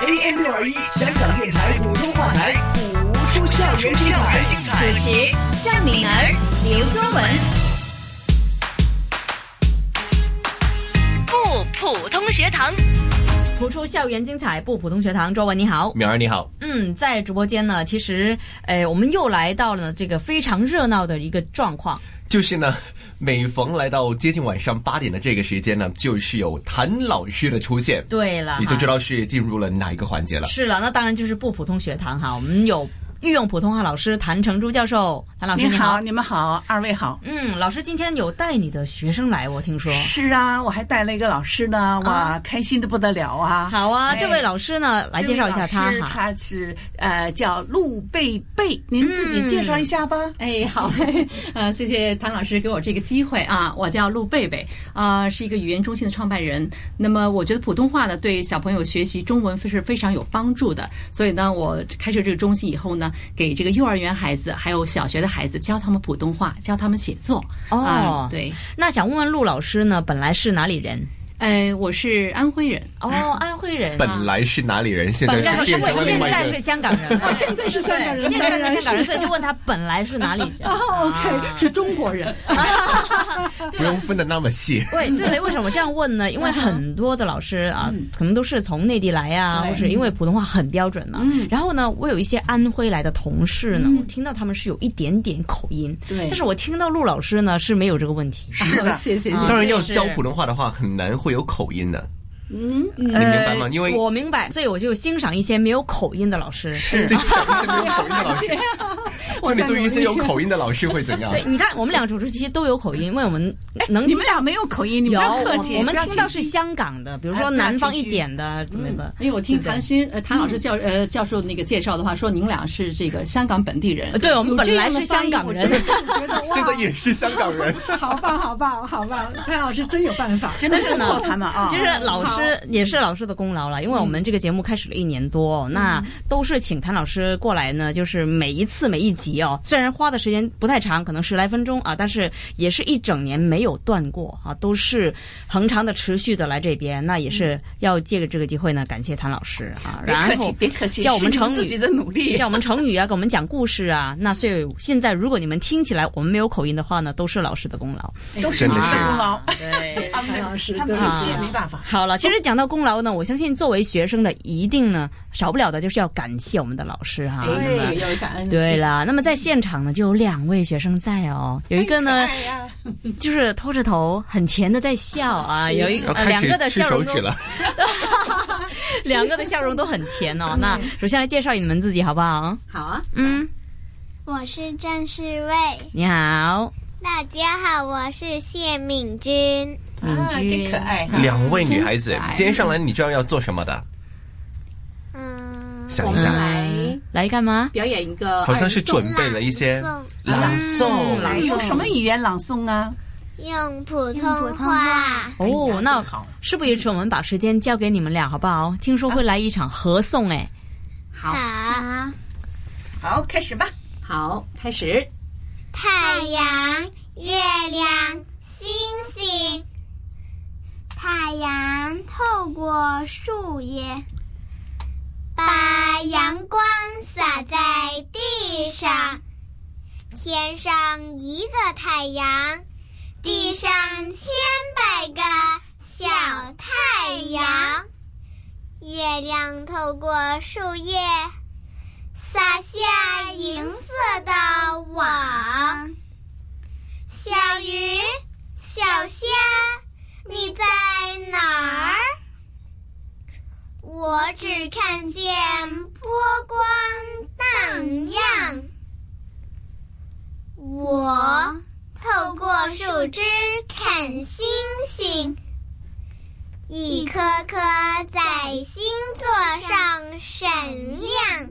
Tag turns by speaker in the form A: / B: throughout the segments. A: AM 六二一香港电台普通话台，谱出校园精彩。
B: 主持郑敏儿、刘卓文，
C: 不普通学堂。
B: 谱出校园精彩不普通学堂。卓文你好，
D: 敏儿你好，
B: 嗯，在直播间呢，其实，呃，我们又来到了这个非常热闹的一个状况。
D: 就是呢，每逢来到接近晚上八点的这个时间呢，就是有谭老师的出现，
B: 对了，
D: 你就知
B: 哈
D: 道是进入了哪一个环节了。
B: 是啊了，那当然就是不普通学堂哈，我们有御用普通话老师谭成珠教授，谭老师
E: 您
B: 你
E: 好，你们好，二位好。
B: 嗯，老师今天有带你的学生来，我听说。
E: 是啊，我还带了一个老师呢，哇，开心的不得了啊！
B: 好啊，
E: 哎
B: 这位老师呢，来介绍一下
E: 这
B: 他
E: 位老
B: 哈。
E: 师他是呃叫陆贝贝，您自己介绍一下吧。
F: 哎，好 嘞，呃，谢谢谭老师给我这个机会啊！我叫陆贝贝，啊、是一个语言中心的创办人。那么，我觉得普通话呢，对小朋友学习中文是非常有帮助的。所以呢，我开设这个中心以后呢，给这个幼儿园孩子还有小学的孩子教他们普通话，教他们写作。
B: 哦
F: 啊，对，
B: 那想问问陆老师呢，本来是哪里人？
F: 哎，我是安徽人。
B: 哦，安徽人。
D: 本来是哪里人，现在
B: 本来
D: 是
B: 是
D: 变成了另
B: 现
D: 外
B: 在
D: 一
B: 是
D: 个。
B: 香港 人，
F: 哦现在是香港人
B: 对现在
F: 当然
B: 是
F: 是
B: 香港人，哦所以就问他本来是哪里人。
F: OK，是中国人。
B: 啊
D: 不用分的那么细。
B: 对对了，为什么这样问呢？因为很多的老师啊，可能都是从内地来啊，
E: 对
B: 或是因为普通话很标准嘛。然后呢，我有一些安徽来的同事呢，我听到他们是有一点点口音，
E: 对
B: 但是我听到陆老师呢是没有这个问题。
E: 是的
F: 谢谢谢
B: 啊
F: 谢。
D: 当然要
B: 是
D: 教普通话的话，很难会有口音的，
B: 你
D: 你明白吗？因为
B: 呃我明白，所以我就欣赏一些没有口音的老师。
D: 是欣赏一些没有口音的老师。
F: 我
D: 就你对于一些有
F: 在努力
D: 口音的老师会怎 样？
B: 对，你看我们俩主持其实都有口音，因为我们能
E: 哎你们俩没有口音，你
B: 有
E: 们不要客气，
B: 我们
E: 不要
B: 听到是
E: 谦虚
B: 香港的，比如说
E: 哎不要
B: 南方
E: 谦
B: 一
E: 虚嗯
B: 点的怎么的。
F: 因为我听
B: 对嗯不对
F: 谭先呃谭老师教呃教授那个介绍的话，说您俩是这个香港本地人
B: 呃，对我们
F: 有这样的
B: 本来是
F: 发
B: 香
F: 音
B: 港人
F: 我真的是觉得
D: 现在也是香 港人，
F: 哇，好棒好棒好棒，谭老师真有办法。
E: 真的不错，他们啊，
B: 其实老师也是老师的功劳了，因为我们这个节目开始了一年多，
E: 嗯
B: 那都是请谭老师过来呢，就是每一次每一集哦，虽然花的时间不太长，可能十来分钟啊，但是也是一整年没有断过啊，都是恒常的持续的来这边，那也是要借着这个机会呢，感谢谭老师啊，
E: 嗯别
B: 然
E: 客
B: 后
E: 气，别客气，
B: 叫我们
E: 是你
B: 成语
E: 自己的努力
B: 叫。我们成语啊，给我们讲故事啊。那所以现在，如果你们听起来我们没有口音的话呢，都是老师的功劳。啊
E: 都是你们的功 劳，
B: 对，
E: 他
F: 谭老师
E: 他们
F: 对
E: 情绪没办法。
B: 好了，其实讲到功劳呢，我相信作为学生的，一定呢少不了的就是要感谢我们的老师哈。那么
F: 对，有感恩的
B: 对
F: 心。
B: 了，那么在现场呢，就有两位学生在哦，有一个呢， 就是拖着头很甜的在笑啊，有一
D: 然后
B: 呃
D: 开
B: 两
D: 始
B: 个的
D: 吃
B: 笑
D: 手
B: 容都
D: 指了。
B: 两个的笑容都很甜哦。那首先来介绍你们自己好不好？
F: 好啊，
B: 嗯，
G: 我是郑世卫，
B: 你好，
G: 大家好，我是谢敏君。
E: 啊，真可爱！
B: 嗯
D: 两位女孩子今天上来，你知道要做什么的？
G: 嗯，
D: 想
F: 我
D: 一
F: 们
D: 下，
F: 来
B: 来干嘛？
F: 表演一个
B: 呃
D: 好像是准
F: 二人
D: 备了一些
G: 朗诵
D: 朗诵，
B: 嗯
E: 哎，用什么语言朗诵啊？
G: 用普通话，
E: 哎呀
B: 哦，
E: 真
B: 那
E: 好
B: 事不宜迟，我们把时间交给你们俩好不好？听说会来一场合诵哎，
F: 好
G: 好。
E: 好，开始吧。
F: 好开始。
G: 太阳、月亮、星星。太阳透过树叶，把阳光洒在地上。天上一个太阳，地上千百个小太阳。月亮透过树叶，撒下银色的网。小鱼、小虾，你在哪儿？我只看见波光荡漾。我透过树枝看星星，一颗颗在星座上闪亮。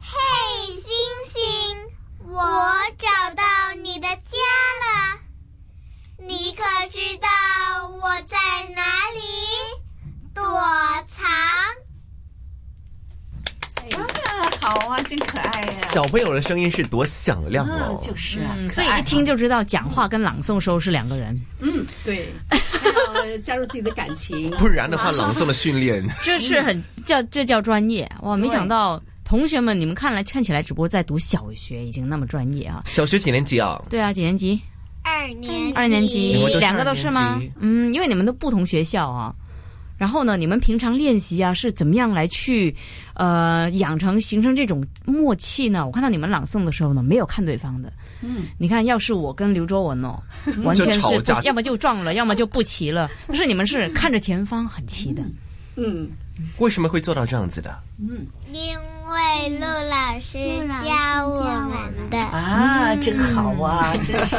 G: 嘿，星星，我找到你的家了，你可知道我在哪里躲藏？
E: 啊，好啊，真可爱呀！
D: 小朋友的声音是多响亮
E: 啊
B: 嗯
D: 哦，！
E: 就是啊，
B: 所以一听就知道讲话跟朗诵时候是两个人。
F: 嗯，对，还有呃加入自己的感情。
D: 不然的话，朗诵的训练，
B: 这是很叫嗯这叫专业哇！没想到同学们，你们看来看起来只不过在读小学，已经那么专业啊。
D: 小学几年级啊？
B: 对啊，几年级？
G: 二年
B: 嗯二年
D: 你
B: 级
D: 们都，是
B: 两个都是
D: 二
B: 吗
D: 年级？
B: 嗯，因为你们都不同学校啊。然后呢，你们平常练习啊，是怎么样来去，呃，养成形成这种默契呢？我看到你们朗诵的时候呢，没有看对方的。嗯，你看，要是我跟刘卓文哦，完全是
D: 就吵
B: 不
D: 架
B: 要么就撞了，要么就不齐了。但是你们是看着前方很齐的，
F: 嗯，
D: 为什么会做到这样子 的？
G: 因为陆老师教我们的。
E: 啊，真好啊，真是，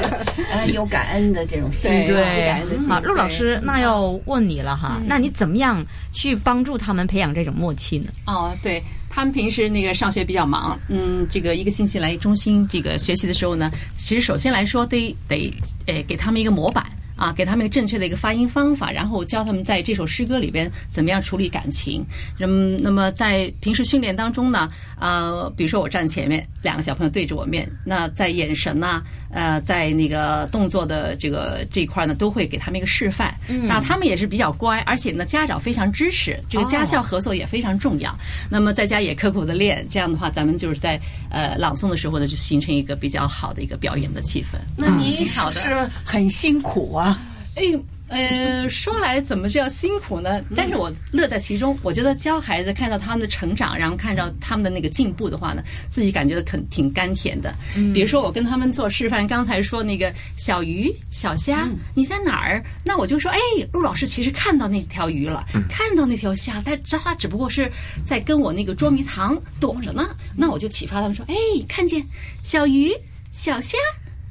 E: 哎，有感恩的这种心
F: 对
E: 态。
F: 感恩的心
B: 好，陆老
F: 对嗯
B: 师，那要问你了哈，那你怎么样去帮助他们培养这种默契呢？
F: 哦，对他们平时那个上学比较忙，嗯，这个一个星期来中心这个学习的时候呢，其实首先来说得得，呃，给他们一个模板。啊，给他们一个正确的一个发音方法，然后教他们在这首诗歌里边怎么样处理感情。嗯，那么在平时训练当中呢，呃，比如说我站前面，两个小朋友对着我面，那在眼神呐、呃，在那个动作的这个这一块呢，都会给他们一个示范。嗯，那他们也是比较乖，而且呢，家长非常支持，这个家校合作也非常重要。那么在家也刻苦的练，这样的话，咱们就是在呃朗诵的时候呢，就形成一个比较好的一个表演的气氛。
E: 那您是不是很辛苦啊？
F: 哎，呃，说来怎么叫辛苦呢？但是我乐在其中。我觉得教孩子看到他们的成长，然后看到他们的那个进步的话呢，自己感觉很挺甘甜的。比如说我跟他们做示范，刚才说那个小鱼、小虾，你在哪儿？那我就说，哎，陆老师其实看到那条鱼了，看到那条虾，但只他只不过是在跟我那个捉迷藏躲着呢。那我就启发他们说，哎，看见小鱼、小虾，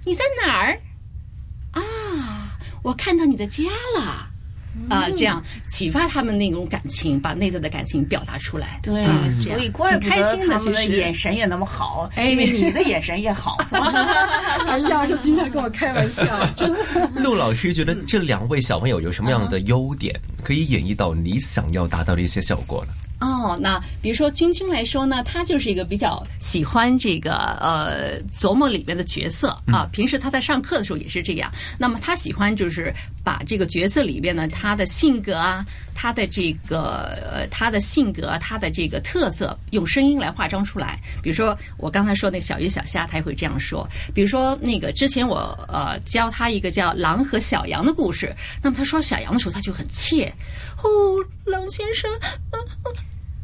F: 你在哪儿？啊，我看到你的家了。啊、这样启发他们那种感情，把内在的感情表达出来。
E: 对，所以怪不
F: 挺开
E: 得
F: 心的
E: 他们的
F: 其实
E: 眼神也那么好，
F: 哎
E: 因为你的眼神也好，是吧？
F: 哎呀，是经常跟我开玩笑，真的。
D: 陆老师觉得这两位小朋友有什么样的优点，可以演绎到你想要达到的一些效果呢？
F: 哦，那比如说君君来说呢，他就是一个比较喜欢这个呃琢磨里面的角色啊。平时他在上课的时候也是这样。那么他喜欢就是把这个角色里边呢，他的性格啊，他的这个呃他的性格，他的这个特色，用声音来化妆出来。比如说我刚才说那小鱼小虾，他也会这样说。比如说那个之前我呃教他一个叫狼和小羊的故事，那么他说小羊的时候，他就很怯。 哦，狼先生，嗯、嗯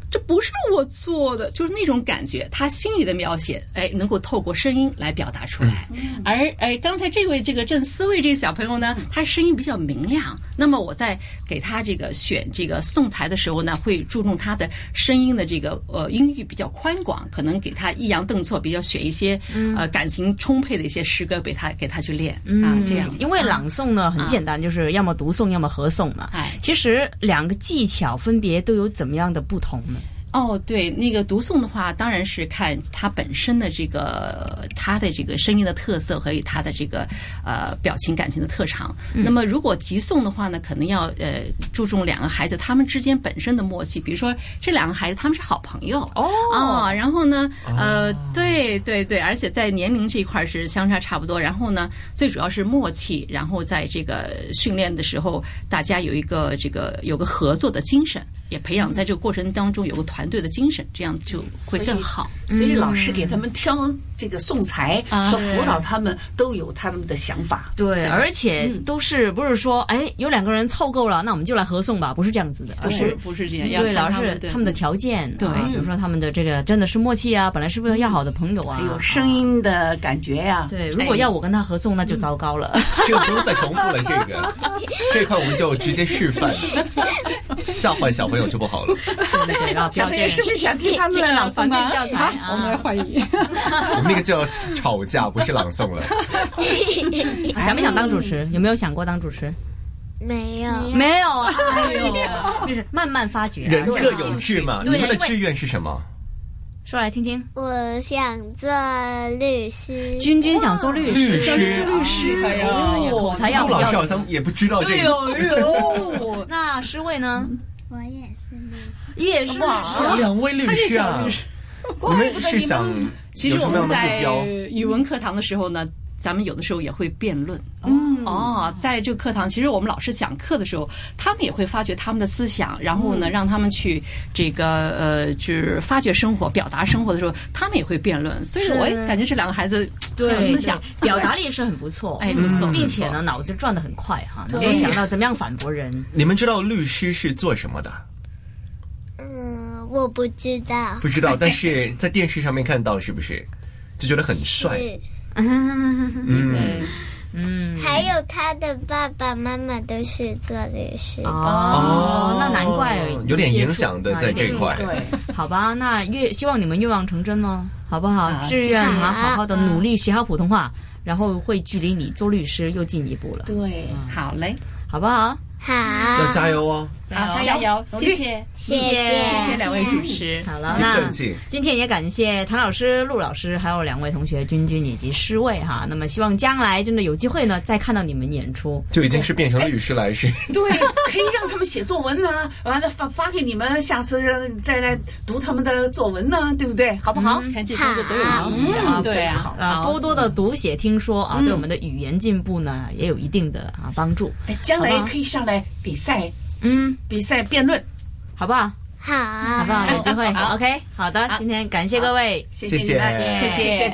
F: 这不是我做的，就是那种感觉，他心里的描写，哎，能够透过声音来表达出来。而而刚才这位这个郑思卫这个小朋友呢，他声音比较明亮，那么我在给他这个选这个送材的时候呢，会注重他的声音的这个呃音域比较宽广，可能给他抑扬顿挫，比较选一些、呃感情充沛的一些诗歌给他给他去练、啊，
B: 嗯
F: 这样。
B: 因为朗诵呢很简单，就是要么读诵，要么合诵嘛。
F: 哎
B: 其实两个技巧分别都有怎么样的不同呢？
F: 哦，对，那个读诵的话，当然是看它本身的这个它的这个声音的特色和它的这个呃表情感情的特长。那么如果急诵的话呢，可能要呃注重两个孩子他们之间本身的默契，比如说这两个孩子他们是好朋友哦然后呢
B: 哦
F: 呃对对对，而且在年龄这一块儿是相差差不多，然后呢最主要是默契，然后在这个训练的时候，大家有一个这个有个合作的精神。也培养在这个过程当中有个团队的精神，这样就会更好。
E: 所以老师给他们挑这个送材
F: 啊
E: 和辅导他们，都有他们的想法。
B: 对，而且
F: 嗯
B: 都是不是说，哎，有两个人凑够了，那我们就来合诵吧？不是这样子的，而
F: 不
B: 是
F: 是不是这样，要
B: 对，
F: 看
B: 老
F: 他
B: 是
F: 们的嗯
B: 他们的条件，
F: 对
B: 啊比如说他们的这个真的是默契啊，本来是不是要好的朋友啊
E: 还？
F: 哎
E: 有声音的感觉呀、
B: 对，如果要我跟他合诵，那就糟 糕了。
D: 这个不用再重复了，这 个这块我们就直接示范，吓坏小朋友就不好了。
B: 对对对，要不
E: 小
B: 要
E: 朋
B: 这
E: 友
B: 样？
E: 是不是想听他们的朗诵啊？
B: 教材啊，
F: 我们 来欢迎。
D: 我们那个叫吵架，不是朗诵了。
B: 想不想当主持？有没有想过当主持？
G: 没有，
F: 嗯
B: 没有啊，
F: 哎
B: 没有， 就是慢慢发掘啊。
D: 人
B: 这
D: 各
B: 个
D: 有志嘛，你
B: 对
D: 们的
B: 因为
D: 志愿是什么？
B: 说来听听。
G: 我想做律师。
B: 君君想做律
D: 律
B: 师，
D: 师。
F: 师
B: 哦口
F: 哎
B: 才要
D: 陆
B: 比
D: 老师
B: 较
D: 好。像也不知道这个。
F: 哦，
B: 那师位呢？
F: 嗯
G: 我也是律师。
B: 也是律师。
D: 两位律师啊，你们是想
F: 其实
D: 有
F: 我
D: 什么样的
F: 们在
D: 目标？
F: 语文课堂的时候呢，咱们有的时候也会辩论。嗯，哦，在这个课堂，其实我们老师讲课的时候，他们也会发掘他们的思想，然后呢，让他们去这个呃，就是发掘生活、表达生活的时候，他们也会辩论。所以我也感觉这两个孩子很有
B: 对
F: 思想，
B: 表达力是很不错，嗯
F: 哎不错
B: 并
F: 不
B: 且
F: 错
B: 呢，脑子转得很快哈，能够
F: 对
B: 想到怎么样反驳 人。
D: 你们知道律师是做什么的？
G: 嗯，我不知道，
D: 不知 道，但是在电视上面看到是不是？就觉得很帅，
G: 是
D: 嗯，
F: 对
B: 嗯，
G: 还有他的爸爸妈妈都是做律师
F: 哦
G: 的。
B: 哦，那难怪
D: 有点
B: 接触
D: 影响的
B: 啊
D: 在
B: 有
F: 哦
B: 点
D: 这
B: 影
D: 块
B: 响。好吧，那愿希望你们愿望成真哦，好不好？
F: 啊
B: 志愿
G: 谢谢
B: 啊，好好的努力学好普通话，然后会距离你做律师又进一步了，
E: 对，
F: 好嘞，
B: 好不好？
G: 好，
D: 要加油哦！
E: 啊，
F: 加
E: 加油！
F: 油，谢谢，
G: 谢谢
F: 谢谢两位主持。
B: 好了，
D: 一
B: 那
D: 顿进
B: 今天也感谢谭老师、陆老师，还有两位同学君君以及诗卫哈。那么希望将来真的有机会呢，再看到你们演出。
D: 就已经是变
F: 哎
D: 成律师来是，
E: 对，可以让他们写作文呢、完了发发给你们，下次让再来读他们的作文呢、对不对？好不好？
F: 看这工作多有意义啊！
B: 好
F: 对啊，
B: 啊，多多的读写听说啊，对我们的语言进步呢也有一定的啊帮助。
E: 哎，将来
B: 好吧
E: 可以上来比赛，
B: 嗯，
E: 比赛辩论。
B: 好不好？
G: 好，
B: 好不好？有机会
F: 好
B: ，OK，好的，今天感谢各位。
E: 谢
D: 谢
E: 你们，
D: 谢
F: 谢谢。